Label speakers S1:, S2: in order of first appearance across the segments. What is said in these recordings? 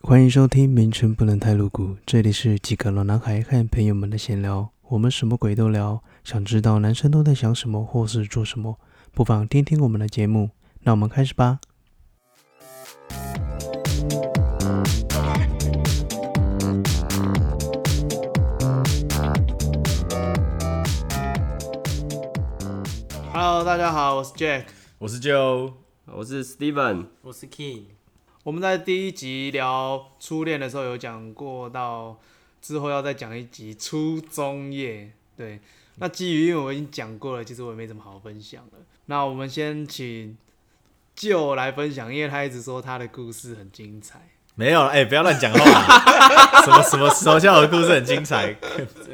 S1: 欢迎收听，名称不能太露骨。这里是几个老男孩和朋友们的闲聊，我们什么鬼都聊。想知道男生都在想什么或是做什么，不妨听听我们的节目。那我们开始吧。
S2: Hello，大家好，我是 Jack。
S3: 我是 Joe，
S4: 我是 Steven，
S5: 我是 King，
S2: 我们在第一集聊初恋的时候有讲过到，之后要再讲一集初中夜。对，那基于因为我已经讲过了，其实我也没什么好分享了。那我们先请舅来分享，因为他一直说他的故事很精彩。
S3: 没有了，哎、不要乱讲话， 什么什么什么叫我的故事很精彩，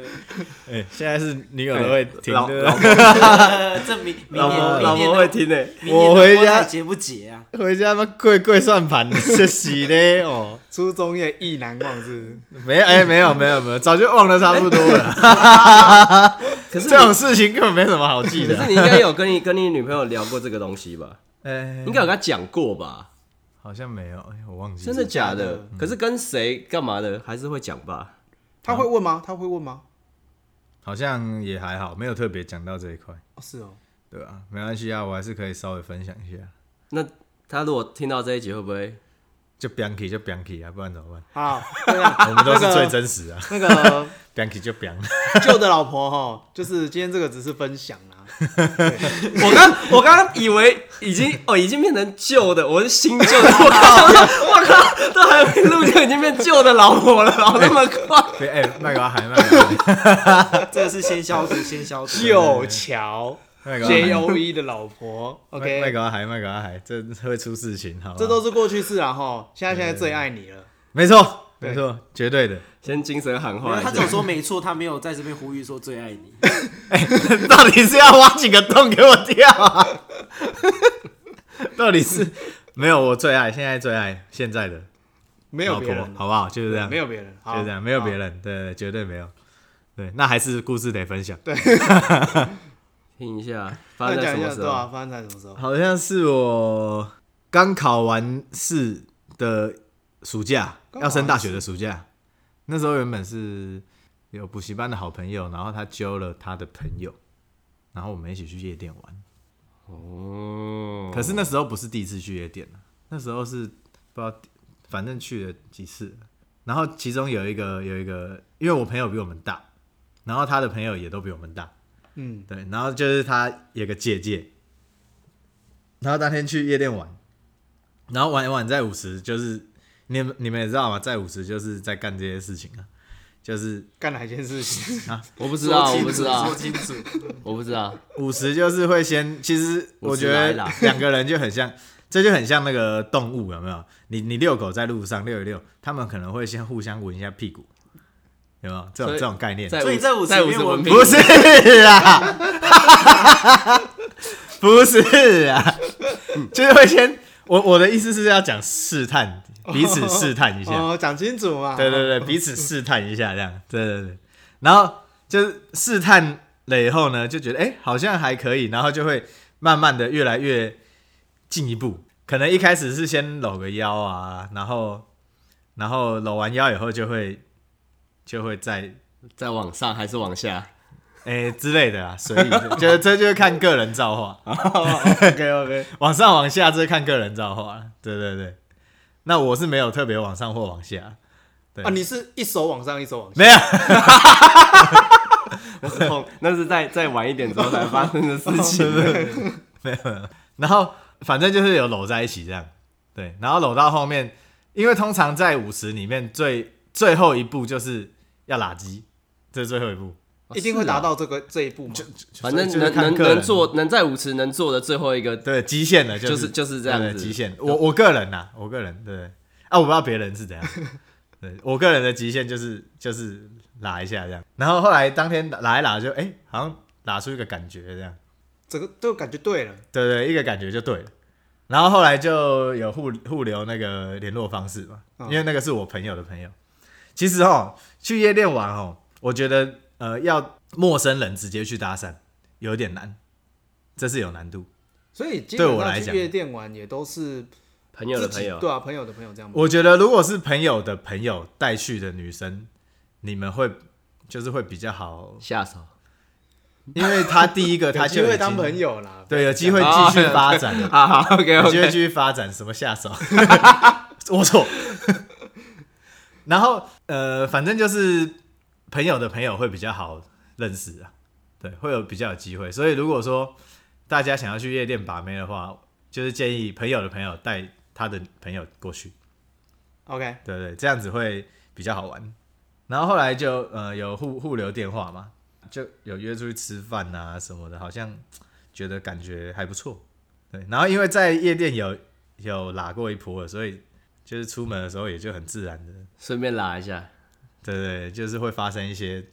S3: 哎、现在是女友都会听
S4: 老
S3: 的，
S4: 老
S5: 呃， 这明明
S4: 老
S5: 年
S4: 婆
S5: 明
S4: 老
S5: 年
S4: 婆
S5: 的
S4: 会听诶，
S5: 明年的
S3: 我回
S5: 国
S3: 家
S5: 泰结不结啊？
S3: 回家嘛跪跪算盘， 谢谢嘞哦，
S2: 初中夜意难忘是
S3: 没哎、没有没有没有，早就忘得差不多 了，
S4: 可是
S3: 这种
S4: 你
S3: 事情根本没什么好记
S4: 可
S3: 的
S4: 是，你应该有跟你跟你女朋友聊过这个东西吧？
S3: 哎、
S4: 应该有跟她讲过吧？
S3: 好像没有，哎、我忘记了，
S4: 真的假
S2: 真
S4: 的
S2: 的？
S4: 可是跟谁干嘛的，还是会讲吧？
S2: 他会问吗？他会问吗？
S3: 好像也还好，没有特别讲到这一块，
S2: 哦，是哦，
S3: 对吧、没关系啊，我还是可以稍微分享一下，
S4: 那她如果听到这一集，会不会
S3: 就 bianchi 就 bianchi 啊，不然怎么 办？
S2: 好，对啊，
S3: 我们都
S2: 那
S3: 是
S2: 个
S3: 最真 实啊
S2: 那个
S3: ，bianchi 就 bianchi。
S2: 舅的老婆哈，就是今天这个只是分享啊。
S4: 我刚我刚刚以为已经哦，已经变成旧的，我是新旧的。我 靠，我靠，都还没录就已经变旧的老婆了，老那么快。
S3: 哎、卖个海，卖个海，
S5: 这个是先消毒，先消毒。
S2: 舅乔
S3: 卖个
S2: J
S3: 海
S2: O E 的老婆，OK，
S3: 卖个海，卖个海，这会出事情，好吧，
S2: 这都是过去式啊，吼！现在现在最爱你了，
S3: 没错，
S2: 对
S3: 没错，绝对的。
S4: 先精神喊
S5: 没有
S4: 话一
S5: 他只有
S4: 下，
S5: 说没错，他没有在这边呼吁说最爱你。
S3: 哎 到底是要挖几个洞给我跳啊？ 到底是没有我最爱，现在最爱现在的
S2: 没有
S3: 老
S2: 别
S3: 婆
S2: 人，了，
S3: 好不好？就是这样，
S2: 没有别人，
S3: 就
S2: 好
S3: 是这样，没有别
S2: 好
S3: 人，对，对绝对没有。对，那还是故事得分享。
S4: 听一下发
S2: 那
S4: 生在
S2: 讲
S4: 什
S2: 一
S4: 么
S2: 下，
S4: 时
S2: 对
S4: 候？
S2: 啊，发生在什么时候？
S3: 好像是我刚考完试的暑假，
S2: 刚考完
S3: 要升大学的暑假。那时候原本是有补习班的好朋友，然后他揪了他的朋友，然后我们一起去夜店玩。
S4: 哦，
S3: 可是那时候不是第一次去夜店啊那时候是不知道，反正去了几次了。然后其中有一个有一个，因为我朋友比我们大，然后他的朋友也都比我们大，
S2: 嗯，
S3: 对，然后就是他有个姐姐，然后当天去夜店玩，然后玩一玩在舞池，就是你们你们也知道嘛，在舞池就是在干这些事情啊，就是
S2: 干哪件事情？
S4: 我不知道，
S5: 说
S4: 我
S5: 清
S4: 不知
S5: 楚，
S4: 道
S5: 说，清楚。
S4: 我不知道。
S3: 舞池就是会先，其实我觉
S4: 舞
S3: 得
S4: 池来了
S3: 两个人就很像，这就很像那个动物有没有？你你遛狗在路上遛一遛，他们可能会先互相闻一下屁股，有没有这种
S4: 所以
S3: 这种概念？
S4: 在
S5: 所以在
S4: 五
S5: 五十
S4: 在
S5: 里
S4: 五
S5: 面
S4: 十
S5: 我
S4: 文
S5: 们
S4: 凭
S3: 不是啊， 不是啊，就是会先，我我的意思是要讲试探，彼此试探一下，
S2: 哦，讲清楚嘛。
S3: 对对对，彼此试探一下这样，对对对，然后就是试探了以后呢，就觉得哎、诶好像还可以，然后就会慢慢的越来越进一步，可能一开始是先搂个腰啊，然后然后搂完腰以后就会就会再
S4: 在往上还是往下？
S3: 诶、之类的啊，随意， 就是这就是看个人造化。OK
S4: 啊
S3: OK，往上往下这是看个人造化了，对对对。那我是没有特别往上或往下，对
S2: 啊，你是一手往上，一手往下。
S3: 没有，
S4: 那是碰，那是在再晚一点之后才发生的事情。
S3: 然后反正就是有搂在一起这样，对，然后搂到后面，因为通常在舞池里面最最后一步就是要拉鸡，这是最后一步，
S2: 一定会达到这个这一步嘛？
S4: 反正
S3: 就是啊
S4: 能
S3: 看
S4: 能
S3: 个人
S4: 能做能在舞池能做的最后一个，
S3: 对极限了，
S4: 就是
S3: 是
S4: 就是这样
S3: 对
S4: 子
S3: 极限。我我个人呐、我个人对啊，我不知道别人是怎样。对我个人的极限就是就是拉一下这样，然后后来当天拉一拉就哎、好像拉出一个感觉这样，
S2: 整个都感觉对了，
S3: 对对，一个感觉就对了。然后后来就有互互留那个联络方式嘛，
S4: 嗯
S3: 因为那个是我朋友的朋友。其实哦，去夜店玩哦，我觉得呃要陌生人直接去搭讪有点难，这是有难度。
S2: 所以基
S3: 对
S2: 本
S3: 我
S2: 上
S3: 来
S2: 去
S3: 讲
S2: 夜店玩也都是
S4: 朋友的
S2: 自
S4: 朋
S2: 己
S4: 友，
S2: 对啊，朋友的朋友这样吗？
S3: 我觉得如果是朋友的朋友带去的女生，你们会就是会比较好，
S4: 下手
S3: 因为他 第一个他
S2: 有
S3: 就
S2: 机
S3: 已
S2: 会
S3: 经
S2: 当朋，友啦，
S3: 对，有机会继续发展，
S4: 好好，OK
S3: 有机会
S4: OK，
S3: 继续发展，什么下手， 我错。然后呃，反正就是朋友的朋友会比较好认识啊，对，会有比较有机会。所以如果说大家想要去夜店把妹的话，就是建议朋友的朋友带他的朋友过去。
S2: OK，
S3: 对对，这样子会比较好玩。然后后来就呃有互互留电话嘛，就有约出去吃饭啊什么的，好像觉得感觉还不错。对，然后因为在夜店有有拉过一波了，所以就是出门的时候也就很自然的，
S4: 顺便拉一下。
S3: 对对，就是会发生一些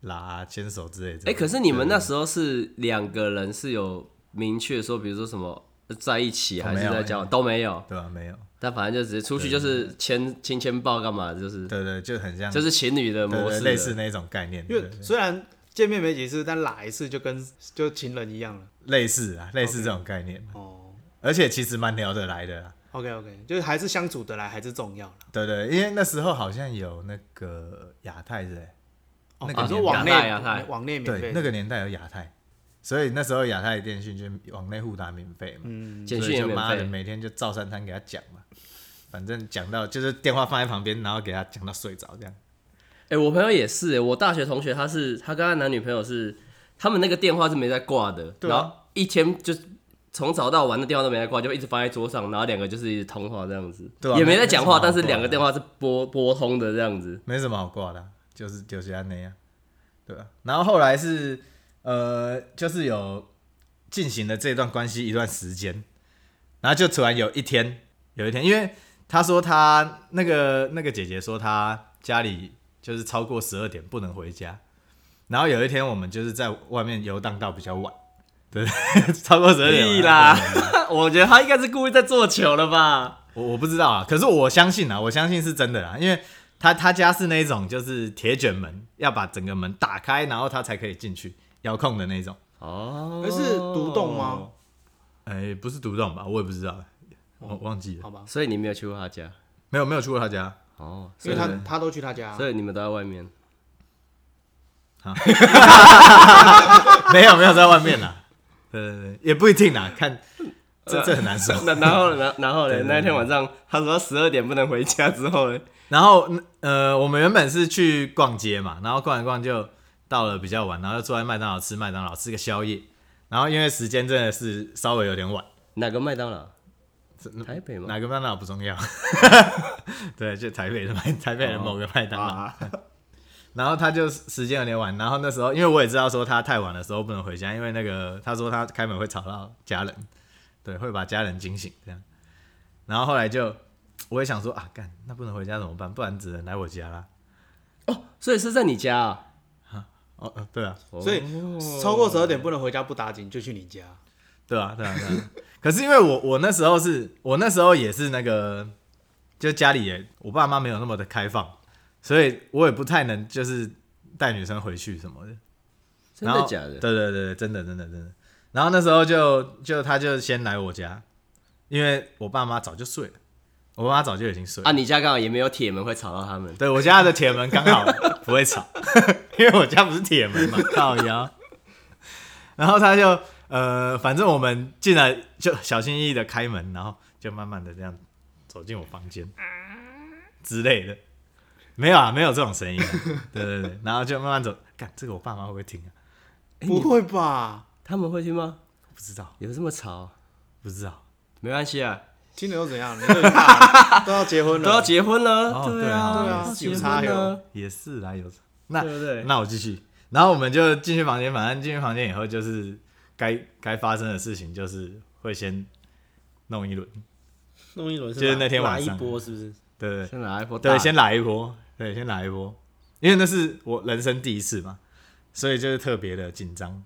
S3: 拉啊牵手之类的。
S4: 哎、可是你们那时候是两个人是有明确说，比如说什么在一起还是
S3: 没有
S4: 在交往都没有，
S3: 对吧、没有，
S4: 但反正就直接出去就是签亲签报干嘛，就是
S3: 对对，就很像，
S4: 就是情侣的
S3: 对
S4: 模
S3: 对
S4: 式，
S3: 类似那种概念，
S2: 因
S3: 对
S2: 为
S3: 对
S2: 虽然见面没几次，但拉一次就跟就情人一样了。
S3: 类似啊，类似这种概念。
S2: 哦
S3: 而且其实蛮聊得来的啦。啊
S2: ，OK OK，就是还是相处得来还是重要啦。
S3: 对对，因为那时候好像有那个亚太是不是
S2: 哦
S3: 那个
S2: 你说
S3: 年
S2: 网内
S4: 代啊他
S2: 网内免
S3: 对
S2: 费，
S3: 那个年代有亚太，所以那时候亚太电信就往内互打免费嘛，
S4: 嗯简
S3: 所
S4: 讯
S3: 以
S4: 也
S3: 就妈的
S4: 免费。
S3: 每天就照三餐给他讲嘛，反正讲到就是电话放在旁边，然后给他讲到睡着这样。
S4: 哎、我朋友也是、哎，我大学同学他是他跟他男女朋友是，他们那个电话是没在挂的，
S3: 对啊
S4: 然后一天就从早到晚的电话都没在挂，就一直放在桌上，然后两个就是一直通话这样子，
S3: 对啊
S4: 也没在讲话，
S3: 没什么好挂的
S4: 但是两个电话是拨拨通的这样子。
S3: 没什么好挂的啊、就是就是安那样，对吧、然后后来是呃，就是有进行了这段关系一段时间，然后就突然有一天，有一天，因为他说他那个那个姐姐说他家里就是超过十二点不能回家，然后有一天我们就是在外面游荡到比较晚，对， 超过十二点
S4: 屁
S3: 晚
S4: 啦， 我觉得他应该是故意在做球了吧？
S3: 我我不知道啊，可是我相信啊，我相信是真的啦，因为他他家是那种就是铁卷门，要把整个门打开，然后他才可以进去，遥控的那种。
S4: 哦，
S2: 可是独栋吗？
S3: 哎、不是独栋吧？我也不知道，
S4: 哦
S3: 我忘记了，
S2: 好吧，
S4: 所以你没有去过他家
S3: 没有没有去过他家。
S4: 哦，所
S2: 因
S4: 以
S2: 为他他都去他
S3: 啊
S2: 家，啊
S4: 所以你们都在外面。
S3: 没有没有在外面啦。对对对，也不一定啦， 看这这很难说。
S4: 那然后然然后嘞，
S3: 啊对对
S4: 那天晚上他说十二点不能回家之后嘞，
S3: 然后呃，我们原本是去逛街嘛，然后逛一逛就到了比较晚，然后就坐在麦当劳吃麦当劳吃个宵夜，然后因为时间真的是稍微有点晚。
S4: 哪个麦当劳？台北吗？
S3: 哪个麦当劳不重要，对，就台北的麦，台北的某个麦当劳。 然后他就时间有点晚，然后那时候因为我也知道说他太晚的时候不能回家，因为那个他说他开门会吵到家人，对，会把家人惊醒这样。然后后来就我也想说啊，干那不能回家怎么办？不然只能来我家啦。
S4: 哦所以是在你家啊？
S3: 哦，呃对啊，
S2: 所以超过十二点不能回家不打紧，就去你家。
S3: 对啊，对啊，对啊。 可是因为我我那时候是我那时候也是那个，就家里也我爸妈没有那么的开放，所以我也不太能就是带女生回去什么的。
S4: 真
S3: 然
S4: 的
S3: 后
S4: 假的？
S3: 对对对，对真的真的真的。然后那时候就就他就先来我家，因为我爸妈早就睡了，我爸妈早就已经睡了。
S4: 啊，你家刚好也没有铁门会吵到他们。
S3: 对我家的铁门刚好不会吵，因为我家不是铁门嘛，靠腰。然后他就呃，反正我们进来就小心翼翼的开门，然后就慢慢的这样走进我房间之类的。没有啊，没有这种声音啊、对对对，然后就慢慢走。干，这个我爸妈会不会听啊？
S4: 哎
S2: 不会吧？
S4: 他们会听吗？
S3: 不知道，
S4: 有这么吵？
S3: 不知道。
S4: 没关系啊，
S2: 听了又怎样？你都已经大了 都要结婚
S4: 都要
S2: 了，
S4: 结婚了。
S3: 哦
S4: 对啊，
S3: 对啊
S4: 都要
S2: 有
S4: 结
S2: 差
S4: 婚
S2: 有
S4: 了，
S3: 也是啦，有那
S4: 对不对
S3: 那我继续。然后我们就进去房间，反正进去房间以后就是该该发生的事情，就是会先弄一轮，
S5: 弄一轮是
S3: 就是
S5: 哪
S3: 那天晚
S5: 哪一
S3: 上
S5: 波是不是？
S3: 对不对？
S4: 先拿 iPhone
S3: 对，先来一波，对，先来一波，因为那是我人生第一次嘛，所以就是特别的紧张。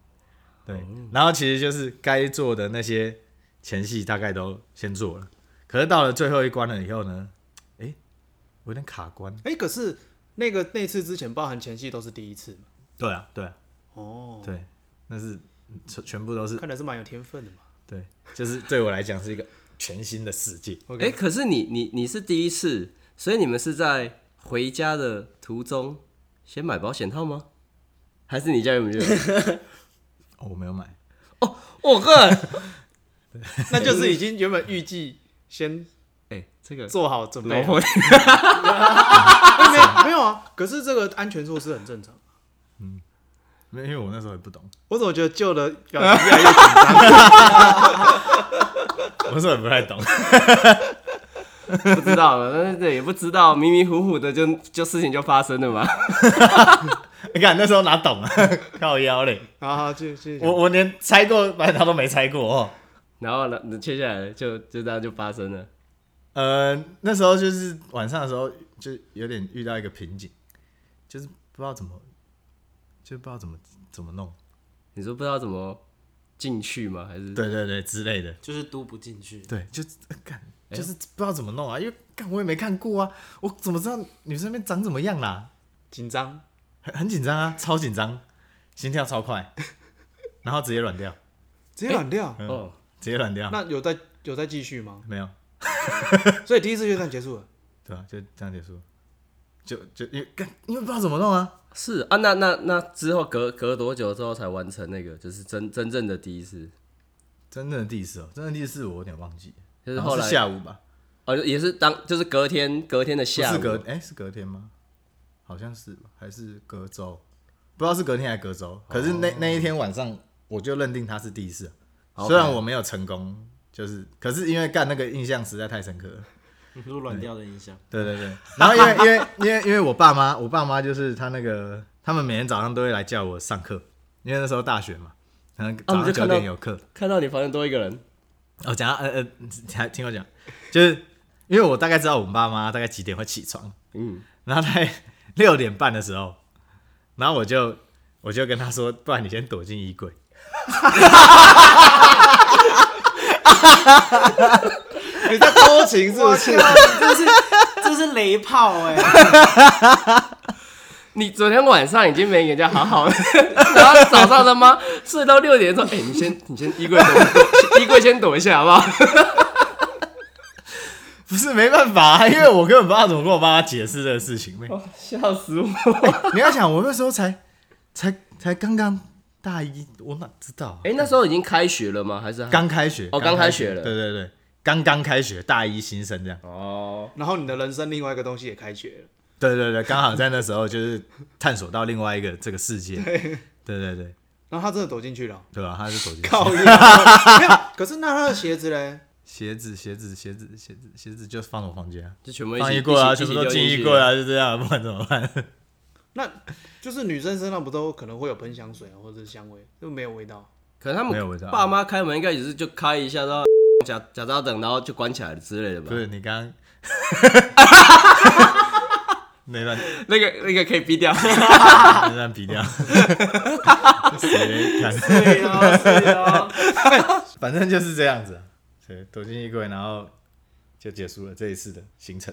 S3: 对，然后其实就是该做的那些前戏大概都先做了，可是到了最后一关了以后呢，诶，我有点卡关。
S2: 哎、可是那个那次之前，包含前戏都是第一次嘛。
S3: 对啊，对啊，
S2: 哦，
S3: 对，那是全全部都是
S2: 看来是蛮有天分的嘛。
S3: 对，就是对我来讲是一个全新的世界。
S2: OK
S4: 哎、可是你你你是第一次，所以你们是在回家的途中先买保险套吗？还是你家有没 有？
S3: 哦，我没有买，
S4: 我靠！
S2: 那就是已经原本预计先
S4: 哎，这个
S2: 做好准备
S4: 老
S2: 了，
S4: 婆，
S2: 哎没有没有啊。可是这个安全措施很正常。
S3: 没有，因为我那时候也不懂，
S2: 我怎么觉得旧的表情越来越
S3: 我那时候也不太懂。
S4: 不知道了，但是对也不知道，迷迷糊糊的就就事情就发生了嘛。
S3: 你看那时候哪懂啊， 靠腰嘞，
S2: 好好，继续继续
S3: 我我连拆过保险套都没拆过哦。
S4: 然后呢，接下来就就这样就发生了。
S3: 呃，那时候就是晚上的时候，就有点遇到一个瓶颈，就是不知道怎么，就不知道怎么怎么弄，
S4: 你说不知道怎么进去吗？还是
S3: 对对对之类的，
S5: 就是嘟不进去。
S3: 对，就呃干、就是不知道怎么弄啊，因为干我也没看过啊，我怎么知道女生那边长怎么样啦？
S2: 紧张。
S3: 很很紧张啊，超紧张，心跳超快， 然后直接软掉，
S2: 直接软掉。
S3: 嗯
S4: 哦，
S3: 直接软掉，
S2: 那有再有再继续吗？
S3: 没有，
S2: 所以第一次就这样结束了。
S3: 对吧、就这样结束，就就因为干，因为不知道怎么弄啊，
S4: 是啊，那那那之后隔隔多久之后才完成那个，就是真真正的第一次，
S3: 真正的第四哦，真正的第四我有点忘记，
S4: 就是
S3: 然后
S4: 后来
S3: 是下午吧。
S4: 哦，也是当就是隔天隔天的
S3: 不
S4: 下午，
S3: 是隔哎、是隔天吗？好像是吧还是隔周，不知道是隔天还是隔
S4: 哦
S3: 周。可是那、那一天晚上，我就认定他是第一次，
S4: OK
S3: 虽然我没有成功，就是可是因为干那个印象实在太深刻了。
S5: 你说软掉的印象，
S3: 对对 对，然后因为因为因为因为我爸妈，我爸妈就是他那个，他们每天早上都会来叫我上课，因为那时候大学嘛，然后
S4: 啊
S3: 早
S4: 你就
S3: 上九
S4: 看到
S3: 点有课。
S4: 看到你房间多一个人，
S3: 哦，讲到呃呃，还听我讲，就是因为我大概知道我们爸妈大概几点会起床，
S4: 嗯，
S3: 然后在六点半的时候，然后我就我就跟他说，不然你先躲进衣柜。
S2: 你在偷情是不是？
S5: 这是这是雷炮哎、
S4: 你昨天晚上已经没给人家好好了， 然后早上他妈睡到六点钟，哎、你先你先衣柜躲，衣柜先躲一下好不好？
S3: 不是没办法、啊，因为我根本不知道怎么跟我爸妈解释这个事情。
S4: 哦笑死我！
S3: 你要想，我那时候才才才刚刚大一，我哪知道啊、
S4: 哎、那时候已经开学了吗？还是还
S3: 刚开学
S4: 哦刚开学了
S3: 对对对，刚刚开学，大一新生这样。
S4: 哦，
S2: 然后你的人生另外一个东西也开学了。
S3: 对对对，刚好在那时候就是探索到另外一个这个世界。对对对，
S2: 然后他真的躲进去了。
S3: 对吧、他是手机。
S2: 靠腰没有可是那他的鞋子嘞？
S3: 鞋子鞋子鞋子鞋子鞋子就放我房间啊、
S4: 就全部一
S3: 放
S4: 起
S3: 衣柜啊，
S4: 一起
S3: 全部
S4: 一
S3: 都
S4: 起
S3: 进
S4: 丢进
S3: 衣
S4: 去
S3: 柜啊，就这样，不然怎么 办？
S2: 那就是女生身上不都可能会有喷香水啊，或者是香味，就没有味道。
S4: 可能他
S3: 没有味道
S4: 们爸妈开门应该也是就开一下，然后 假假装等，然后就关起来了之类的吧
S3: 不。是你刚 刚，没乱
S4: 那个那个可以逼掉。
S3: 没乱比掉，谁看？
S5: 对
S2: 啊
S5: 哦，对哦，
S3: 反正就是这样子啊，对，躲进衣柜，然后就结束了这一次的行程。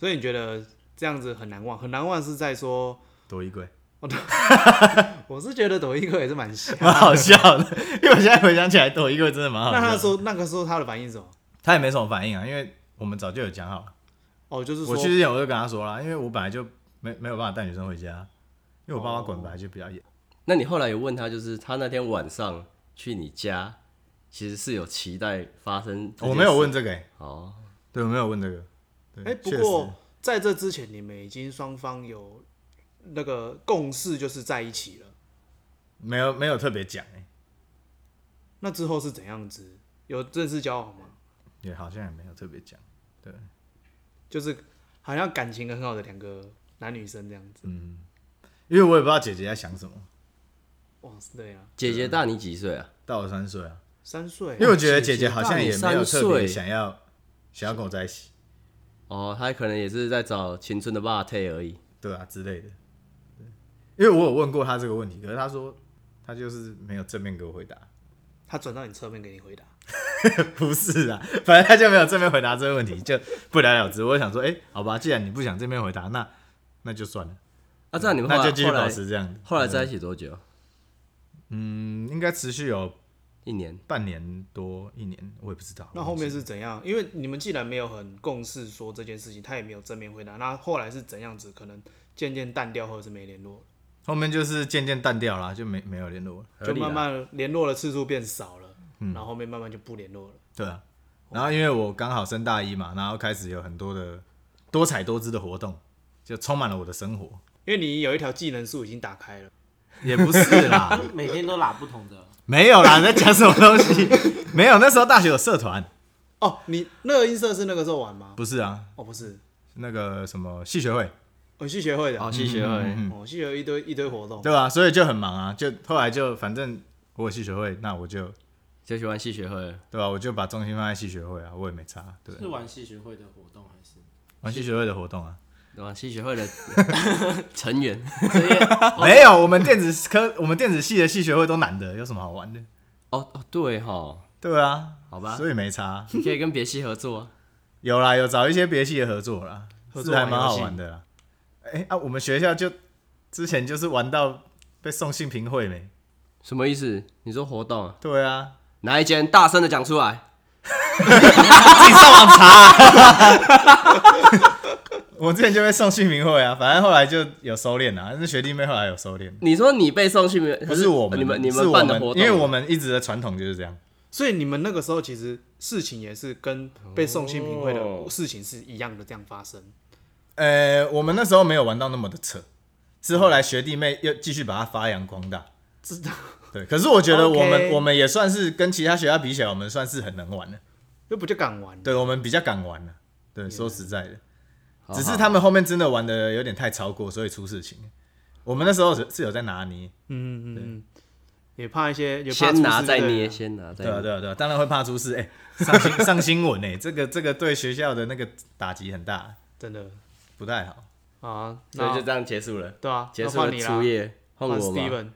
S2: 所以你觉得这样子很难忘？很难忘是在说，
S3: 躲衣柜，
S2: 我是觉得抖音哥也是蛮像。啊
S3: 蛮好笑的，因为我现在回想起来，躲衣柜真的蛮好
S2: 那
S3: 笑
S2: 他
S3: 的。
S2: 说那个时候他的反应是什么？
S3: 他也没什么反应啊，因为我们早就有讲好了。
S2: 哦，就是说
S3: 我去之前我就跟他说啦，因为我本来就没没有办法带女生回家，因为我爸妈管本来就比较严。
S4: 那你后来有问他，就是他那天晚上去你家，其实是有期待发生。
S3: 我没有。问这个、欸，
S4: 哦，
S3: 对我没有问这个。对
S2: 哎、不
S3: 确实
S2: 过在这之前，你们已经双方有那个共识，就是在一起了。
S3: 没有没有特别讲哎、
S2: 那之后是怎样子？有正式交往吗？
S3: 也好像也没有特别讲，对，
S2: 就是好像感情很好的两个男女生这样子。
S3: 嗯因为我也不知道姐姐在想什么。
S2: 哇，对啊，
S4: 姐姐大你几岁啊？
S3: 大我三岁啊，
S2: 三岁，
S3: 因为我觉得姐姐好像也没有
S4: 哦姐姐
S3: 特
S4: 大
S3: 别
S4: 你三岁
S3: 想要想要跟我在一起，
S4: 哦，他可能也是在找青春的霸退而已。
S3: 对啊之类的。对因为我有问过她这个问题，可是她说她就是没有正面给我回答。
S2: 他转到你侧面给你回答。
S3: 哦不是啊， 反正她就没有正面回答这个问题，就不了了之。我想说，哎、好吧，既然你不想正面回答，那那就算了，
S4: 啊，这样你们后
S3: 嗯那
S4: 来
S3: 就继续
S4: 后
S3: 保嗯
S4: 来
S3: 持这样。
S4: 后来在一起多久？
S3: 嗯，应该持续有
S4: 一年，
S3: 半年多一年，我也不知道。
S2: 那后面是怎样？因为你们既然没有很共识说这件事情，他也没有正面回答，那后来是怎样子？可能渐渐淡掉，或者是没联络，
S3: 后面就是渐渐淡掉了，就没没有联络了。
S4: 合
S2: 就
S4: 理啦
S2: 慢慢联络的次数变少了，
S3: 嗯
S2: 然后后面慢慢就不联络了。
S3: 对啊，然后因为我刚好升大一嘛，然后开始有很多的多彩多姿的活动，就充满了我的生活。
S2: 因为你有一条技能树已经打开了，
S3: 也不是 啦，
S5: 每天都拉不同的，
S3: 没有啦，你在讲什么东西？没有，那时候大学有社团，
S2: 哦，你乐音社是那个时候玩吗？
S3: 不是啊，
S2: 哦，不是，
S3: 那个什么系学会，
S2: 我去学会的，
S4: 好戏学会，
S3: 嗯，
S2: 哦，系学会一堆一堆活动，
S3: 对吧、所以就很忙啊，就后来就反正我有系学会，那我就
S4: 就喜欢戏学会，
S3: 对吧、啊我就把重心放在系学会啊，我也没差，对不
S5: 是
S3: 对，
S5: 玩戏学会的活动还是？
S3: 玩系学会的活动啊，
S4: 对吧？戏学会的成员，哦
S3: 没有，我们电子科，我们电子系的系学会都男的，有什么好玩的？
S4: 哦哦，对哈，
S3: 对啊，
S4: 好吧
S3: 所以没差，
S4: 你可以跟别系合作啊，
S3: 有啦，有找一些别系的合作啦，
S2: 合
S3: 是
S2: 作
S3: 还
S2: 玩游戏
S3: 蛮好玩的啦。哎、啊，我们学校就之前就是玩到被送性平会没？
S4: 什么意思？你说活动啊
S3: 对啊，
S4: 哪一间？大声的讲出来。
S3: 自己上网查。我之前就被送姓名会啊，反正后来就有收敛啊，那学弟妹后来有收敛，
S4: 你说你被送去没？
S3: 不
S4: 还
S3: 是我们，
S4: 你们你
S3: 是
S4: 们
S3: 我
S4: 办的
S3: 们
S4: 活动，
S3: 因为我们一直的传统就是这样，
S2: 所以你们那个时候其实事情也是跟被送新品会
S4: 哦
S2: 的事情是一样的，这样发生。
S3: 呃，我们那时候没有玩到那么的扯，是后来学弟妹又继续把它发扬光大。
S2: 知道，
S3: 对，可是我觉得
S2: OK
S3: 我们我们也算是跟其他学校比起来，我们算是很能玩的。
S2: 又不就敢玩，
S3: 对，我们比较敢玩了。对，说实在的，
S4: 好
S3: 只是他们后面真的玩的有点太超过，所以出事情。我们那时候是是有在拿捏，
S2: 嗯嗯嗯嗯，也怕一些，也怕
S4: 先拿
S2: 出事
S4: 再
S2: 就对
S4: 捏，
S2: 了
S4: 先拿再
S3: 对啊，
S4: 捏。
S3: 对啊，对啊，当然会怕出事。哎、上 新上新闻哎、这个这个对学校的那个打击很大，
S2: 真的
S3: 不太好。
S2: 啊，
S4: 所
S2: 那
S4: 以就这样结束了，
S2: 对啊，
S4: 结
S2: 那
S4: 束了
S2: 换你啦
S4: 初夜，换
S2: 换
S4: 我吧。
S2: Steven，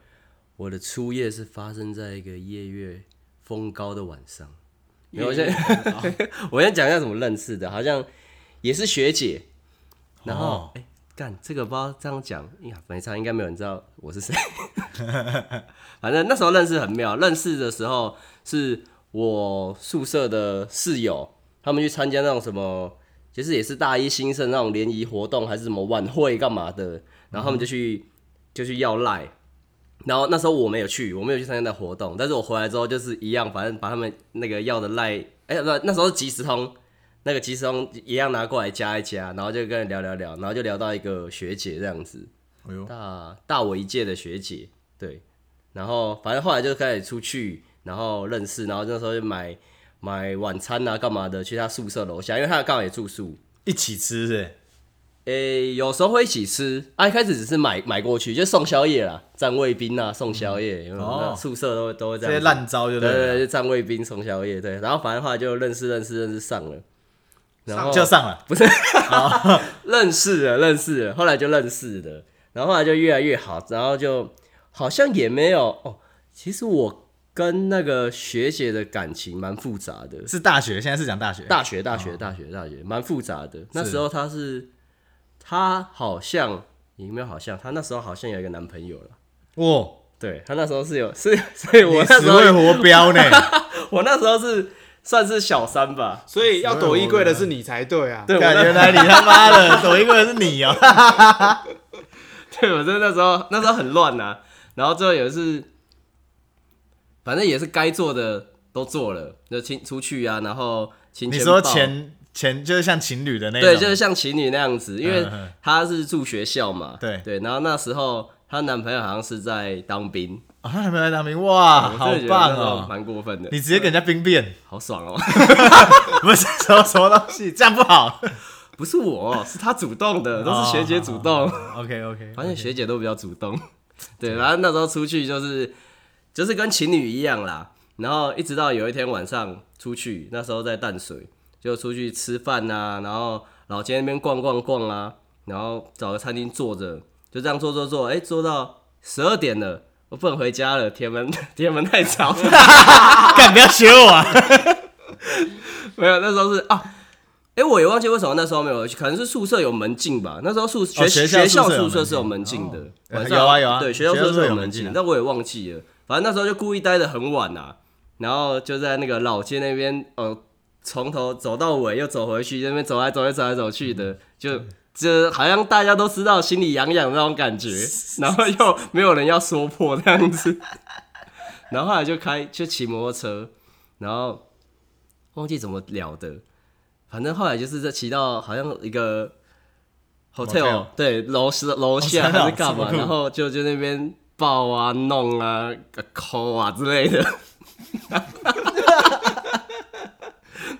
S4: 我的初夜是发生在一个夜月风高的晚上。没有，我先我先讲一 下怎么认识的，好像也是学姐，然后
S3: 哦
S4: 哎干、这个不知道这样讲，哎呀，没差，应该没有人知道我是谁。 反正那时候认识很妙，认识的时候是我宿舍的室友，他们去参加那种什么，就是也是大一新生那种联谊活动，还是什么晚会干嘛的，然后他们就去、就去要赖。然后那时候我没有去，我没有去参加那活动，但是我回来之后就是一样，反正把他们那个要的赖，哎、不，那时候即时通，那个即时通一样拿过来加一加，然后就跟人聊聊聊，然后就聊到一个学姐这样子，
S3: 哎呦，
S4: 大大我一届的学姐，对，然后反正后来就开始出去，然后认识，然后那时候就买买晚餐啊干嘛的，去她宿舍楼下，因为她刚好也住宿，
S3: 一起吃哎是不是
S4: 诶、有时候会一起吃，啊，一开始只是买买过去，就送宵夜啦，站卫兵啊，送宵夜，有没有
S3: 哦
S4: 那宿舍都会都会
S3: 这
S4: 这样
S3: 些
S4: 子。
S3: 烂招就
S4: 对对
S3: 对
S4: 对，
S3: 了，
S4: 就站卫兵送宵夜，对，然后反正后来就认识认识认识上了，然后
S3: 就上了。
S4: 认识了，认识了，后来就认识了，然后后来就越来越好，然后就好像也没有哦。其实我跟那个学姐的感情蛮复杂的，
S3: 是大学，现在是讲大学。
S4: 大学大学大学大学蛮复杂的。那时候她是，她好像有没有好像，她那时候好像有一个男朋友了。
S3: 哇，
S4: 对她那时候是有是，所以我那时
S3: 只
S4: 候
S3: 会活标呢。
S4: 我那时候是算是小三吧，
S2: 所以要躲衣柜的是你才对 啊。
S4: 对，我
S3: 感
S4: 那
S3: 觉来你他妈的躲一个人是你哦、
S4: 对，我真的那时候那时候很乱呐、啊然后最后也是，反正也是该做的都做了，就亲出去啊，然后亲
S3: 你
S4: 钱
S3: 说
S4: 报
S3: 前前就是像情侣的那种，
S4: 对，就是像情侣那样子，因为
S3: 嗯嗯
S4: 她是住学校嘛，
S3: 对
S4: 对，然后那时候她男朋友好像是在当兵，
S3: 啊，还没来当兵哇，
S4: 我
S3: 好
S4: 真的觉得
S3: 棒
S4: 那时候
S3: 哦、
S4: 蛮过分的
S3: 你，直接给人家兵变，
S4: 好爽哦，
S3: 不是什么什么东西，这样不 好。
S4: 不是我，哦是她主动的，都是学姐主
S3: 哦
S4: 动。
S3: OK OK，
S4: 发现学姐都比较主动。 对，然后那时候出去就是就是跟情侣一样啦。然后一直到有一天晚上出去，那时候在淡水，就出去吃饭啊，然后老街那边逛逛逛啊，然后找个餐厅坐着，就这样坐坐坐，哎、坐到十二点了，我不能回家了，铁门 铁门太吵了。
S3: 干不要学我 啊！
S4: 没有，那时候是啊，哎、我也忘记为什么那时候没有去，可能是宿舍有门禁吧。那时候宿学、
S3: 哦学校宿舍有门禁
S4: 宿舍是有门禁的，
S3: 呃
S4: 晚上
S3: 有啊有啊
S4: 对，学校宿
S3: 学校宿舍
S4: 舍
S3: 有
S4: 有
S3: 门
S4: 门
S3: 禁啊
S4: 禁，但我也忘记了。反正那时候就故意待得很晚啊，然后就在那个老街那边，呃，从头走到尾，又走回去，那边走来走去，走来走去的，就就好像大家都知道，心里痒痒的那种 感觉，然后又没有人要说破这样子， 然后后来就开就骑摩托车，然后忘记怎么聊的，反正后来就是在骑到好像一个
S3: Motel
S4: hotel 对楼楼下
S3: 真的哦
S4: 还是干
S3: 这么
S4: 嘛，
S3: 酷
S4: 然后就就那边抱啊、弄啊、呃抠啊之 类的。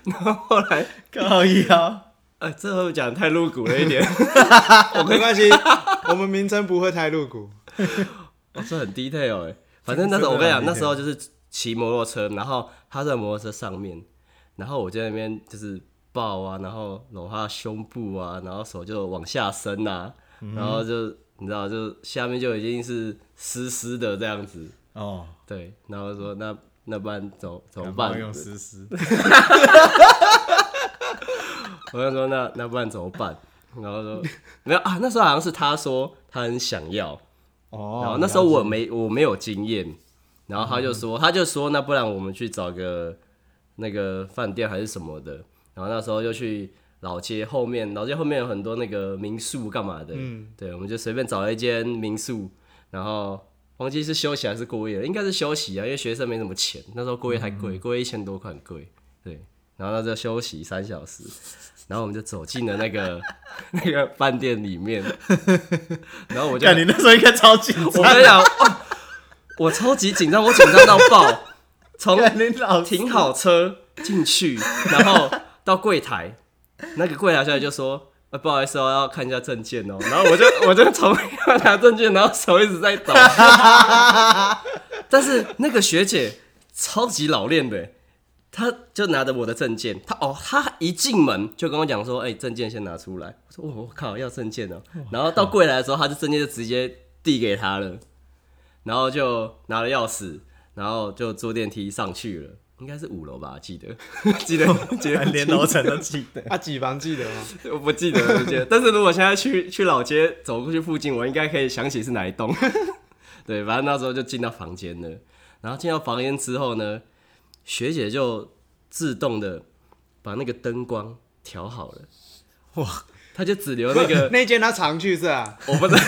S4: 然后后来，
S3: 高腰，
S4: 哎，这会不会讲得太露骨了一点？
S2: 没关系，我们名称不会太露骨。
S4: 哦，这很 detail 哎。反正那时候我跟你讲，那时候就是骑摩托车，然后他在摩托车上面，然后我就在那边就是抱啊，然后搂他的胸部啊，然后手就往下伸啊，
S3: 嗯
S4: 然后就你知道，就下面就已经是湿湿的这样子，
S3: 哦，
S4: 对，然后说那那不然怎么怎么
S3: 感
S4: 办
S3: 冒？用丝丝，
S4: 我就说那那不然怎么办？然后说 没有啊，那时候好像是他说他很想要，
S3: 哦
S4: 然后那时候我没我没有经验，然后他就
S3: 嗯
S4: 说、他就说那不然我们去找个那个饭店还是什么的，然后那时候就去老街后面，老街后面有很多那个民宿干嘛的，
S2: 嗯
S4: 对，我们就随便找了一间民宿，然后忘记是休息还是过夜了，应该是休息啊，因为学生没什么钱，那时候过夜太
S3: 嗯
S4: 贵，过夜一千多块很贵，对，然后那时候休息三小时，然后我们就走进了那个 那个饭店里面，然后我就
S3: 干你那时候应该超紧
S4: 我
S3: 张，
S4: 跟你讲，哦我超级紧张，我紧张到爆。从
S3: 干你老
S4: 停好车进去，然后到柜台，那个柜台小姐就说：“呃，不好意思哦，要看一下证件哦。”然后我就我就从要拿证件，然后手一直在抖。但是那个学姐超级老练的，欸她就拿着我的证件，她哦，她一进门就跟我讲说：“哎、证件先拿出来。”我说：“我、我靠，要证件哦。”然后到柜台的时候，她就证件就直接递给她了。然后就拿了钥匙，然后就坐电梯上去了，应该是五楼吧，记得， 记得， 记得，
S3: 干连楼层都记 得，
S2: 啊，几房记得吗？
S4: 我不记得了，我记得。但是如果现在去去老街走过去附近，我应该可以想起是哪一栋。 对，反正那时候就进到房间了。然后进到房间之后呢，学姐就自动的把那个灯光调好了，哇，她就只留那个
S2: 那间他常去是 啊，
S4: 我不知道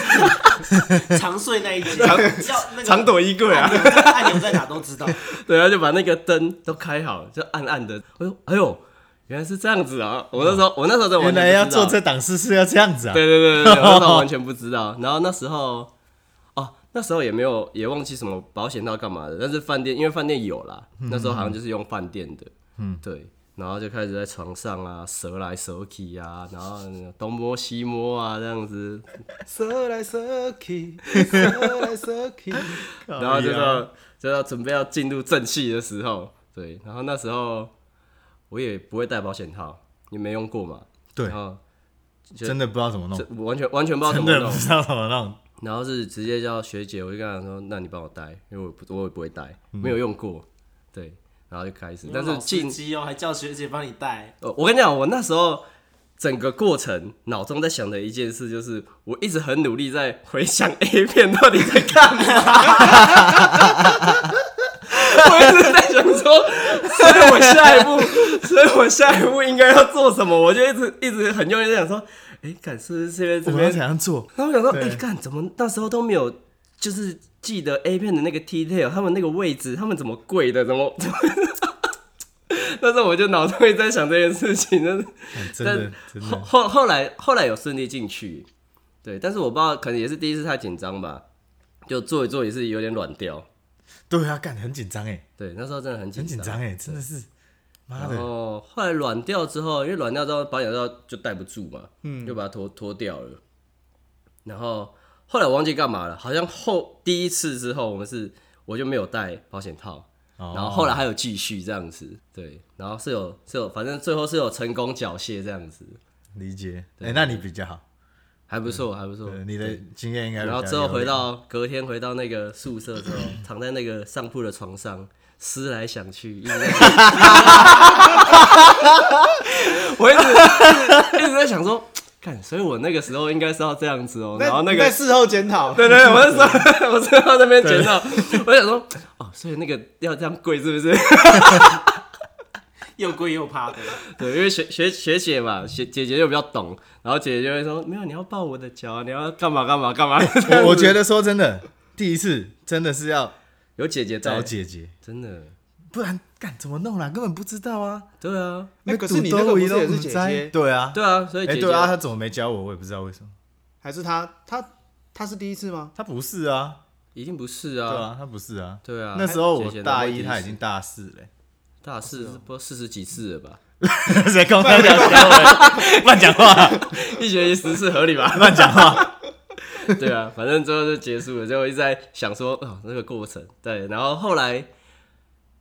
S5: 长睡那一间，要那个
S4: 长朵衣柜啊。
S5: 按钮在哪都知道，
S4: 对，他就把那个灯都开好，就暗暗的。哎呦，哎呦，原来是这样子啊！我那时候，我那时候在完
S3: 原
S4: 全
S3: 来要
S4: 不知道
S3: 做这档事是要这样子啊，
S4: 对对对对，对我那时候完全不知 道。然后那时候，哦，那时候也没有，也忘记什么保险套干嘛的。但是饭店，因为饭店有啦，
S3: 嗯
S4: 那时候好像就是用饭店的，嗯，对。然后就开始在床上啊，蛇来蛇去啊，然后东摸西摸啊，这样子，
S2: 蛇来蛇去，蛇来蛇去。
S3: 靠
S4: 然后就
S3: 腰
S4: 到就要准备要进入正戏的时候，对，然后那时候我也不会戴保险套，也没用过嘛，
S3: 对
S4: 然，后就
S3: 真的不知道怎么弄
S4: 这，我完全完全不知道怎
S3: 真
S4: 么
S3: 的
S4: 弄
S3: 不，知道怎么弄，
S4: 然后是直接叫学姐，我就跟她说，那你帮我戴，因为我不我也不会戴，没有用过，对，然后就开始，但是
S5: 老司
S4: 进
S5: 机哦，还叫学姐帮你带，
S4: 呃，我跟你讲，我那时候整个过程脑中在想的一件事，就是我一直很努力在回想 A 片到底在干嘛。 我一直在想说， 所以我下一步， 所以我下一步应该要做什么？我就一直一直很用力在想说，哎、敢是不是这边
S3: 我
S4: 这
S3: 们要
S4: 边
S3: 怎样做？
S4: 然后我想说，
S3: 对
S4: 哎、干怎么那时候都没有，就是记得 A 片的那个 detail，他们那个位置，他们怎么跪的，怎么怎 么。那时候我就脑中一直在想这件事情，但是
S3: 哎真
S4: 但
S3: 的真
S4: 后
S3: 的，
S4: 后后来后来有顺利进去，对，但是我不知道，可能也是第一次太紧张吧，就做一做也是有点软掉。
S3: 对啊，干很紧张哎，
S4: 对，那时候真的很紧
S3: 很紧张哎，真的是，妈
S4: 然
S3: 的，
S4: 后后来软掉之后，因为软掉之后保险套就戴不住嘛，嗯，就把它脱脱掉了。然后后来我忘记干嘛了，好像后第一次之后，我们是我就没有戴保险套，
S3: 哦
S4: 然后后来还有继续这样子，对，然后是有是有，反正最后是有成功缴械这样子，
S3: 理解，哎，那你比较好，
S4: 还不错，还不错
S3: 对，你的经验应该比较有
S4: 哦然后
S3: 点，
S4: 之后回到隔天回到那个宿舍之后，躺在那个上铺的床上，思来想去，一 直在我一直一直在想说，干，所以我那个时候应该是要这样子哦、
S2: 那
S4: 然后那
S2: 你在
S4: 个
S2: 事后检讨，
S4: 对对，我那时候我正到那边 捡到，我想说，哦，所以那个要这样跪是不是？
S5: 又跪又趴的，
S4: 对，因为学学学姐嘛，学姐姐就比较懂，然后姐姐就会说，没有，你要抱我的脚，你要干嘛干嘛干嘛。
S3: 我我觉得说真的，第一次真的是要
S4: 有姐姐在
S3: 找，姐姐，
S4: 真的，
S3: 不然干怎么弄啦？根本不知道啊。
S4: 对啊，
S2: 哎可是
S3: 堵
S2: 你那个
S3: 都
S2: 不是
S3: 一都
S2: 也是
S3: 不
S2: 姐
S3: 在
S2: 姐
S3: 对啊，
S4: 对啊，所以
S3: 哎
S4: 姐姐
S3: 对啊，他怎么没教我？我也不知道为什么。
S2: 还是他他他是第一次吗？
S3: 他不是啊，
S4: 一定不是
S3: 对
S4: 啊，
S3: 啊，他不是啊。
S4: 对啊，
S3: 那时候
S4: 姐
S3: 我
S4: 姐都
S3: 大
S4: 会
S3: 一，
S4: 第
S3: 他
S4: 次
S3: 已经大四 嘞。
S4: 大四，不四十几次了 吧？
S3: 谁跟他讲乱讲话？
S4: 一学期十次合理 吧？
S3: 乱讲话？
S4: 对啊，反正最后就结束了，就一直在想说，哦，那个过程，对，然后后来，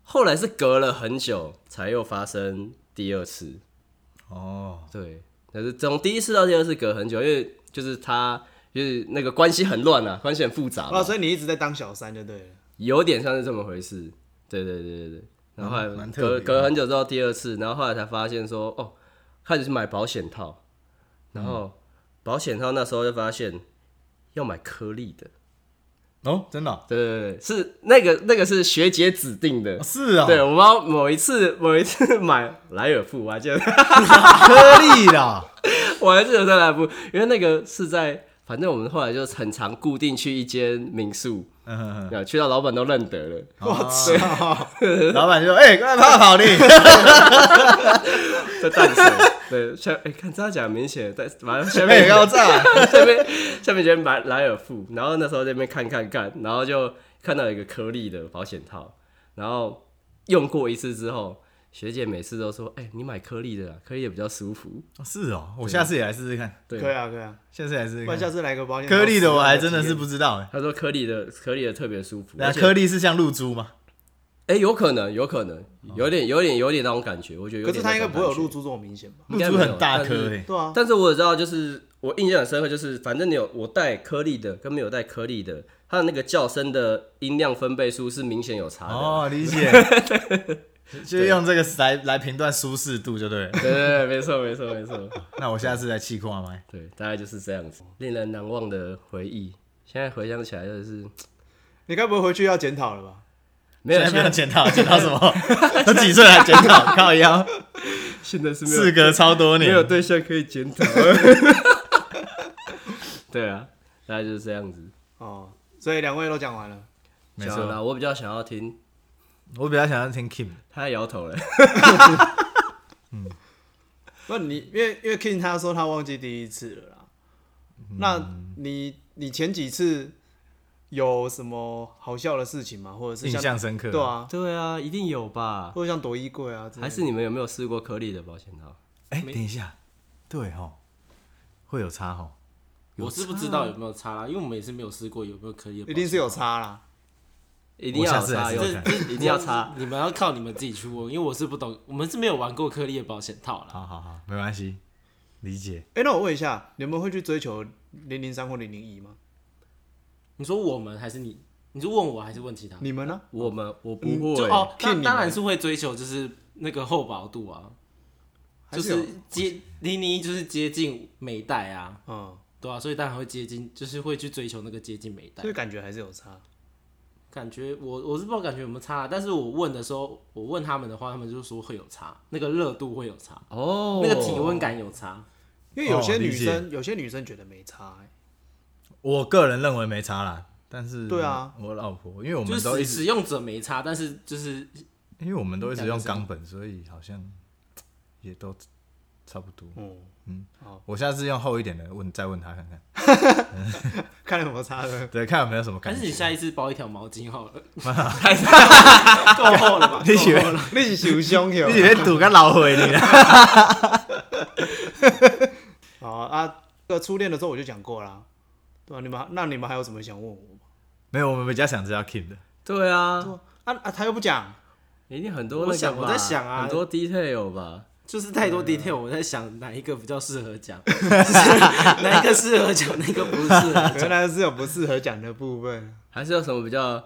S4: 后来是隔了很久才又发生第二次，
S3: 哦，
S4: 对，但是从第一次到第二次隔很久，因为就是他就是那个关系很乱啊，关系很复杂嘛
S2: 哦，，所以你一直在当小三就对了。
S4: 有点像是这么回事，对对对对对，然后后来
S3: 蛮蛮特别
S4: 隔
S3: 的
S4: 隔很久之后第二次，然后后来才发现说，哦，开始去买保险套，然后
S3: 嗯
S4: 保险套那时候就发现要买颗粒的。
S3: 哦，真的哦
S4: 对对对，是那个那个是学姐指定的
S3: 哦。是啊，
S4: 对，我妈某一次某一次 买莱尔富，我还记得，
S3: 颗粒啦，
S4: 我还记得在莱尔富，因为那个是在，反正我们后来就很常固定去一间民宿，
S3: 嗯哼
S4: 然后去到老板都认得了。
S2: 我操！
S3: 哼 老板就说：“哎，快跑 跑你
S4: 在淡水，对，下哎、看这样讲很明显，在马上下！”面
S3: 哎，高炸，
S4: 下面下面觉得买莱尔富，然后那时候在那边看看看，然后就看到有一个颗粒的保险套，然后用过一次之后，学姐每次都说：“哎、你买颗粒的啦，颗粒的比较舒服。
S3: 哦是哦，我下次也来试试看，”
S4: 对，
S2: 可以啊，可以啊，
S3: 下次来试试
S2: 不然下
S3: 看。
S2: 次来个保险
S3: 颗粒的我还真的是不知道哎，
S4: 她说颗粒的颗粒的特别舒服，
S3: 那
S4: 而且
S3: 颗粒是像露珠吗？
S4: 哎、有可能，有可能，有点有点有点那种感觉，我觉得有
S2: 可
S4: 点。
S2: 是他应该不会有露，珠这么明显吧？
S3: 露珠很大
S4: 应该没有
S3: 颗
S4: 但
S3: 哎，
S2: 对啊，
S4: 但是我也知道，就是我印象很深刻，就是反正你有我带颗粒的跟没有带颗粒的，它的那个叫声的音量分贝数是明显有差的。
S3: 哦，理解。就用这个来来评断舒适度就对了。
S4: 对 对对，没错没错没错，
S3: 那我下次来气矿麦。
S4: 对，大概就是这样子，令人难忘的回忆。现在回想起来就是
S2: 你该不会回去要检讨了吧？
S4: 没有，
S3: 现在
S4: 现
S3: 没 有检讨，
S4: 在
S3: 检讨什么？ 都几岁还检 讨？靠腰，
S4: 现在是没
S3: 事
S4: 有
S3: 隔超多
S4: 没
S3: 年。
S4: 有对象可以检讨。对啊，大概就是这样子。
S2: 哦，所以两位都讲完了，
S3: 没
S4: 讲
S3: 错，
S4: 啦，我比较想要听，
S3: 我比较想要听 Kim。
S4: 他摇头了。
S2: 那你因为因为 King 他说他忘记第一次了啦，那你你前几次有什么好笑的事情吗？或者是
S3: 印
S2: 像
S3: 象深刻。
S2: 对，啊，
S4: 对啊，一定有吧？
S2: 或者像躲衣柜啊之类的，
S4: 还是你们有没有试过颗粒的保险套？
S3: 哎、等一下，对吼，会有差哦吼。
S5: 我是不知
S4: 啊
S5: 道有没有差啦，因为我们也是没有试过有没有可以，
S2: 一定是有。差啦。
S4: 一定要
S3: 我下次
S4: 擦，
S3: 还是
S4: 有
S5: 这
S3: 看
S5: 这
S4: 一定要擦。
S5: 你们要靠你们自己去问，因为我是不懂，我们是没有玩过颗粒的保险套啦。
S3: 好好好，没关系，理解。
S2: 哎、那我问一下，你们会去追求零零三或零零一吗？
S5: 你说我们还是你？你是问我还是问其他？
S2: 你们呢？
S4: 我们我不
S5: 就
S4: 会，
S5: 哦，
S2: 骗你
S5: 那
S2: 们
S5: 当然是会追求就是那个厚薄度啊，
S2: 还
S5: 就是
S2: 有
S5: 是接零零一就是接近美代啊，
S2: 嗯，
S5: 对啊，所以当然会接近，就是会去追求那个接近美代
S2: 所。以感觉还是有差。
S5: 感觉我我是不知道感觉有没有差啊、但是我问的时候，我问他们的话，他们就说会有差，那个热度会有差，
S4: 哦
S5: 那个体温感有差。
S2: 因为有些
S3: 哦
S2: 女
S3: 理解
S2: 生，有些女生觉得没差、欸，
S3: 我个人认为没差啦，但是
S2: 对啊，
S3: 我老婆，因为我
S5: 就
S3: 们都
S5: 是
S3: 一
S5: 使
S3: 直，
S5: 使用者没差，但是就是
S3: 因为我们都一直用
S5: 两个是
S3: 冈本，所以好像也都差不多。
S2: 嗯，
S3: 我下次用厚一点的问，再问他看看，
S2: 看来有没有差 的。
S3: 对，看有没有什么
S5: 还
S3: 感
S5: 是你
S3: 觉。
S5: 下一次包一条毛 巾好了， 够厚了吧？
S3: 你以为
S5: 够厚了
S2: 你哦是受伤哟
S3: 你以为赌个老回你啊？
S2: 好啊，这个初恋的时候我就讲过啦，对吧、啊你们那你们还有什么想问我吗？
S3: 没有，我们比较想知道 Kim 的。
S4: 对啊，
S2: 啊啊，他又不 讲，
S4: 一定很多那
S5: 我
S4: 个
S5: 想
S4: 吧
S5: 我在想啊
S4: 很多 detail 吧。
S5: 就是太多
S3: 啊
S5: detail，我在想哪一个比较适合讲， 哪一个适合讲，哪一个不适合
S2: 原
S5: 讲。
S2: 来是有不适合讲的部分。
S4: 还是有什么比较，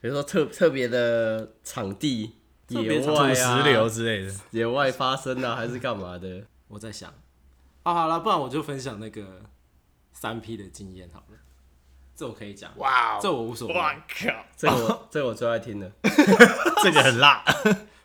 S4: 比如说特特别的场地，
S5: 特别
S4: 野
S5: 场
S4: 外
S3: 土
S4: 啊，
S3: 石流之类的，
S4: 野外发生啊，还是干嘛的？
S5: 我在想，啊，好了，不然我就分享那个三 P 的经验好了，这我可以讲，
S3: 哇
S5: 这我无所谓。
S2: 靠！
S4: 这 我这我最爱听的，
S3: 这个很辣，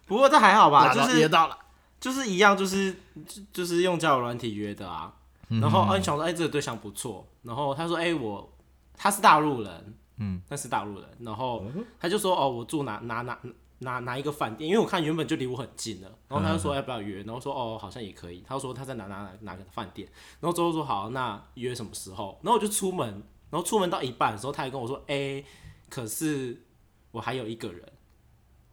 S5: 不过这还好吧，
S2: 辣
S5: 就
S2: 到
S5: 是
S2: 噎到了，
S5: 就是一样，就是就就是用交友软体约的啊。
S2: 嗯
S5: 然后啊，你想说，哎、这个对象不错。然后他说，哎、我他是大陆人，
S3: 嗯，
S5: 他是大陆人。然后他就说，哦，我住哪哪哪哪哪一个饭店，因为我看原本就离我很近了。然后他就
S2: 嗯
S5: 说要不要约，然后说哦，好像也可以。他说他在哪哪哪哪个饭店，然后之后说好，那约什么时候？然后我就出门，然后出门到一半的时候，他还跟我说，哎、可是我还有一个人。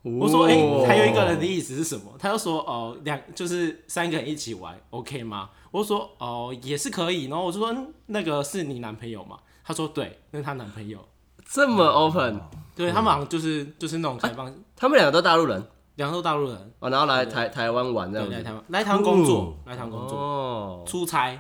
S5: 我说：“哎、
S4: 哦
S5: 还有一个人的意思是什么？”他就说：“哦，两就是三个人一起玩，OK 吗？”我说：“哦，也是可以。”然后我就说嗯：“那个是你男朋友吗？”他说：“对，那是她男朋友。
S4: 这么 open，”
S5: 对他们好像就是就是那种开放，
S4: 他们两个都大陆人
S5: 两个都大陆人，
S4: 哦，然后来台台湾玩这
S5: 对，
S4: 样
S5: 来
S4: 子
S5: 台，湾来台湾工
S3: 哦
S5: 作，来台湾工作
S4: 哦，
S5: 出差。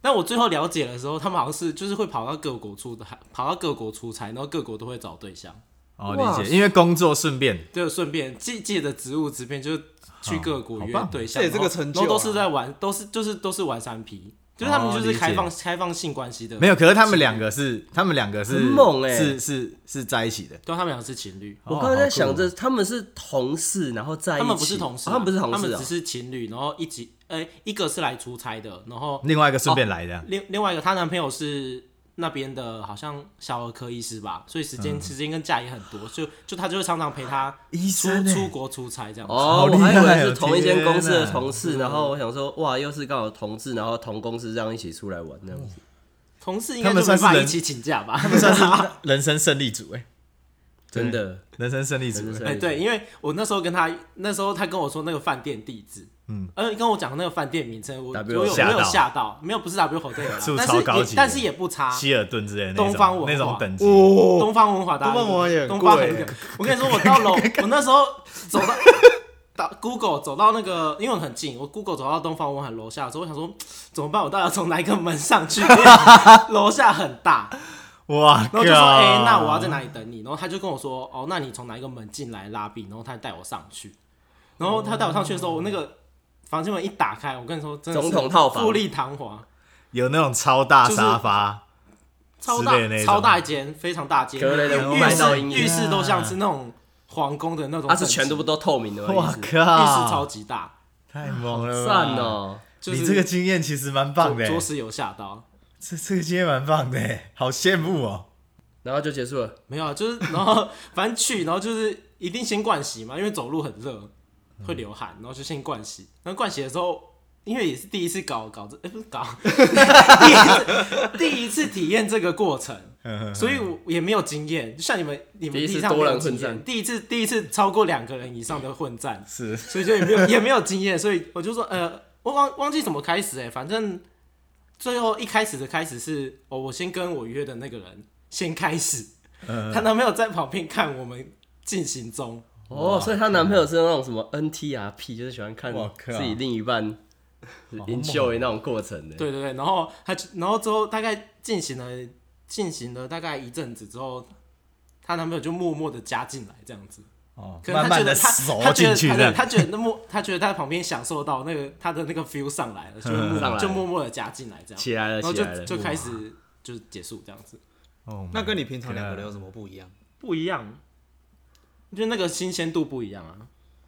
S5: 但我最后了解的时候，他们好像是就是会跑到各国出跑到各国出差，然后各国都会找对象，
S3: 哦，
S4: 哇
S3: 理解，因为工作顺便，
S5: 就顺便借借着职务之便就去各国
S3: 好
S5: 约
S3: 棒
S5: 对象，
S2: 这也是个
S5: 然后
S2: 成就
S5: 然后
S2: 啊
S5: 都是在玩，都是就是都是玩三 P，就是他们
S3: 哦
S5: 就
S3: 理
S5: 是
S3: 解
S5: 开放、开放性关系的，
S3: 没有，可是他们两个是，他们两个是
S4: 很猛欸
S3: 是是是在一起的。
S5: 对，他们俩是情侣，
S4: 我刚才在想
S3: 着
S4: 着他们是同事，然后在一起，
S5: 哦他们不是同事啊、
S4: 哦他们不是同
S5: 他
S4: 事
S5: 们
S4: 啊
S5: 只，是情侣，然后一起，哎、一个是来出差的，然后
S3: 另外一个顺便来的，
S5: 另另外一个她男朋友是那边的，好像小儿科医师吧，所以时间、时间跟假也很多，就就他就会常常陪她
S3: 嗯医
S5: 出
S3: 生欸
S5: 出国出差这样子。
S4: 哦
S3: 好，
S4: 我
S3: 厉害
S4: 还以为是
S3: 哦
S4: 同一间公司的
S3: 天哪
S4: 同
S5: 嗯
S4: 事，然后我想说，哇，又是刚好同事，然后同公司这样一起出来玩那样子，
S5: 嗯同事应
S3: 他
S5: 该就
S3: 们
S5: 没
S3: 算
S5: 办法
S3: 是
S5: 一
S3: 人
S5: 起请假吧？
S3: 他们算是人生胜利组哎，
S4: 真的，
S3: 人生胜利组
S4: 人生
S3: 欸，
S5: 哎、对，因为我那时候跟他，那时候他跟我说那个饭店地址，嗯，呃，跟我讲那个饭店名称，我
S4: W
S5: 我有
S3: 吓
S5: 没有
S3: 到
S5: 吓到？没有，不是 W Hotel，啦
S3: 是不是
S5: 但
S3: 超
S5: 是
S3: 高
S5: 也
S3: 级的
S5: 但是也不差。
S3: 希尔顿之类的那种
S5: 东方文化嗯
S3: 那种等级，
S2: 哦，
S5: 东方文化大家
S2: 东方文化也很
S5: 东方
S2: 贵
S5: 很屌 我跟你说，我到楼，我那时候走到到 Google 走到那个，因为我很近，我 Google 走到东方文化楼下的时候，我想说怎么办？我到底要从哪一个门上去？因 为楼下很大，
S3: 哇
S5: 然后就
S3: 啊
S5: 说：“哎、那我要
S3: 靠
S5: 在哪里等你？”然后他就跟我说：“哦，那你从哪一个门进来拉比？”然后他带我上去，然后他带我上去的时候，我那
S3: 哦
S5: 个房间门一打开，我跟你说，真的是
S4: 总统套房
S5: 富丽堂皇，
S3: 有那种超大沙发，
S5: 超
S3: 之
S5: 大
S3: 类的那种
S5: 超大间，非常大间，
S4: 格雷的五
S5: 浴
S4: 百道
S5: 室
S4: 阴影
S5: 浴室都像
S3: 啊
S5: 是那种皇宫的那种
S4: 它
S5: 等级，
S4: 啊是全都不都透明的吗？
S3: 哇
S4: 意思
S5: 浴室超
S3: 靠，
S5: 级大，
S3: 太猛了，
S4: 赞！哦，
S5: 就是
S3: 你这个经验其实蛮棒的
S5: 着
S3: 欸，
S5: 着实有吓到。
S3: 这这个经验蛮棒的欸，好羡慕哦。
S4: 然后就结束了。
S5: 没有啊，就是然后反正去，然后就是一定先灌洗嘛，因为走路很热，会流汗，然后就先灌洗。然后灌洗的时候，因为也是第一次搞搞这，哎、不是搞， 第一次第一次体验这个过程，所以我也没有经验。就像你们你们
S4: 第一次
S5: 地上没有
S4: 多人
S5: 经验
S4: 混战
S5: 第一次第一次超过两个人以上的混战，
S3: 是
S5: 所以就也没有也没有经验，所以我就说呃，我忘忘记怎么开始哎、反正最后一开始的开始是哦，我先跟我约的那个人先开始，她男朋友在旁边看我们进行中，
S4: 哦，所以她男朋友是那种什么 NTRP，就是喜欢看
S3: 哇靠
S4: 自己另一半 enjoy 那种过程的。
S5: 对对对，然后他就然后之后大概进行了进行了大概一阵子之后，她男朋友就默默的加进来这样子。
S3: 哦，
S5: 可
S3: 慢
S5: 能他觉
S3: 慢的
S5: 得他
S3: 熟
S5: 他觉
S3: 进
S5: 得
S3: 去
S5: 他
S3: 这
S5: 对
S3: 样，
S5: 他觉得那默，他觉得他在旁边享受到那个他的那个 feel 上来了，就会默
S4: 上来了
S5: 就默默的加进来这样，
S4: 起来了
S5: 然后
S4: 起来了嗯
S5: 就就开始就是结束这样子，
S3: 哦
S2: 那跟你平常两个人有什么不一样？
S5: 不一样，我觉得那个新鲜度不一样啊，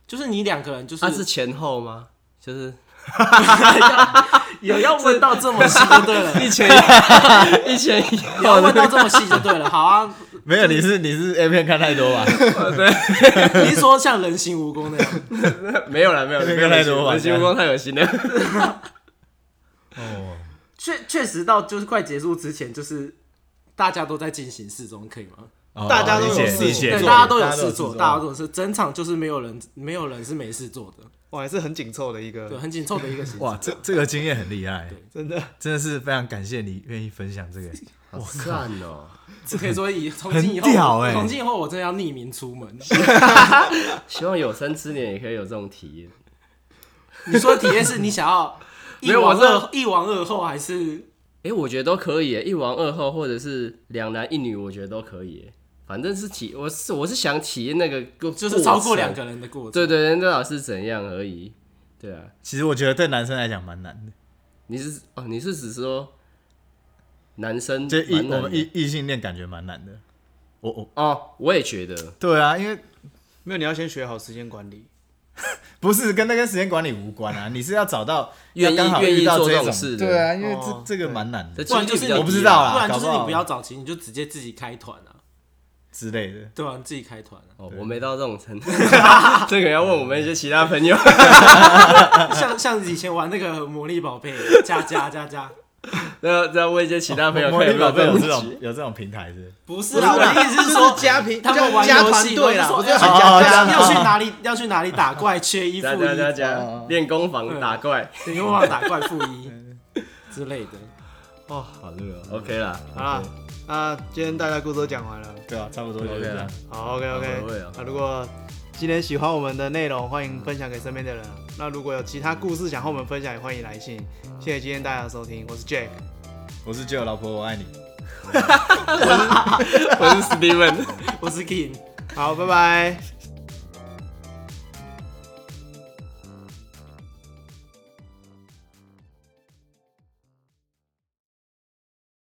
S5: 就是你两个人就是
S4: 他啊是前后吗？ 就是
S5: 有要问到这么细就 对啊了，
S4: 一前 一前一
S5: 有要
S4: 后
S5: 问到这么细就对了，好啊，
S3: 没有，你是你是 A 片看太多吧？
S5: 你是说像人形蜈蚣那样，
S4: 没有了，没有了，
S3: 那个太多吧
S4: 了，星光太恶心了。
S3: 哦，
S5: 确确实到就是快结束之前就是。大家都在进行事中，可以吗？
S3: 哦
S2: 大家都
S3: 理
S2: 有
S3: 解
S2: 事
S3: 理
S2: 情
S3: 解，
S5: 对，
S2: 做
S5: 大家都有
S3: 事
S5: 事做，大家都有事，整场就是没有人，没有人是没事做的。
S2: 哇，还是很紧凑的一
S5: 对，
S2: 个，
S5: 很紧凑的一个行程。
S3: 哇，这这个经验很厉害，
S2: 真的
S3: 真的是非常感谢你愿意分享这个。
S4: 好赞哦！
S5: 这可以说以从今以
S3: 很屌
S5: 后，
S3: 欸
S5: 从今以后我真的要匿名出门。
S4: 希望有生之年也可以有这种体验。
S5: 你说的体验是你想要一
S4: 没有我
S5: 王
S4: 是
S5: 二一王二后，还是
S4: 哎、我觉得都可以耶，一王二后或者是两男一女，我觉得都可以耶。反正是体，我是我是想体验那个过，
S5: 就是超
S4: 程
S5: 过两，个人的过程？
S4: 对对对，那老是怎样而已。对啊，
S3: 其实我觉得对男生来讲蛮难的，
S4: 你是哦，你是指说男生
S3: 就异
S4: 蛮
S3: 我
S4: 难
S3: 们
S4: 的
S3: 异异性恋感觉蛮难的。我我
S4: 哦，我也觉得，
S3: 对啊，因为
S2: 没有，你要先学好时间管理。
S3: 不是跟那跟时间管理无关 啊，你是要找到
S4: 愿意
S3: 要刚好遇到
S4: 愿意做这
S3: 种
S4: 种事的
S3: 对啊，因为
S2: 哦
S3: 这这个蛮难
S4: 这
S3: 的
S5: 不然就
S4: 几
S5: 是
S4: 率比较低
S5: 你
S4: 啊
S3: 我不知道啦
S5: 不然就是
S3: 搞不
S5: 你
S3: 好
S5: 不要找齐，你就直接自己开团啊，
S3: 之类的。
S5: 对啊，你自己开团啊。
S4: 哦，我没到这种程度， 这个要问我们一些其他朋友。
S5: 像像以前玩那个魔力宝贝，加加加加，
S4: 那再问一些其他朋友，
S3: 魔
S4: 看
S3: 力
S4: 有
S3: 宝
S4: 没有
S3: 贝有这
S4: 种
S3: 种
S4: 局。
S3: 有这种平台是
S5: 不是啦，我的意思是
S2: 就是
S5: 说。
S2: 加平，
S5: 他们玩
S2: 加
S5: 游
S2: 团
S5: 戏，
S2: 队啦，
S5: 我
S2: 我
S5: 就
S2: 就
S5: 说
S2: 想
S5: 哎
S3: 哦
S2: 加
S3: 加
S5: 要去哪里？要去哪里打怪？缺一 付哦
S4: 加加加
S5: 一，
S4: 加，练功房打怪。
S5: 等于忘了打怪负一之类的。
S4: 哦，好热哦。OK 啦，
S2: 好啦，那今天大家故事都讲完了。
S3: 对啊，差不多
S4: 就是这样 OK 啊
S2: 好，OK
S4: 好回
S2: OK
S4: 味哦。
S2: 那如果今天喜欢我们的内容，欢迎分享给身边的人。那如果有其他故事想和我们分享，也欢迎来信。谢谢今天大家的收听，我是 Jack，
S3: 我是舅老婆，我爱你。
S4: 我是 Steven。
S5: 我是 King。
S2: 好，拜拜。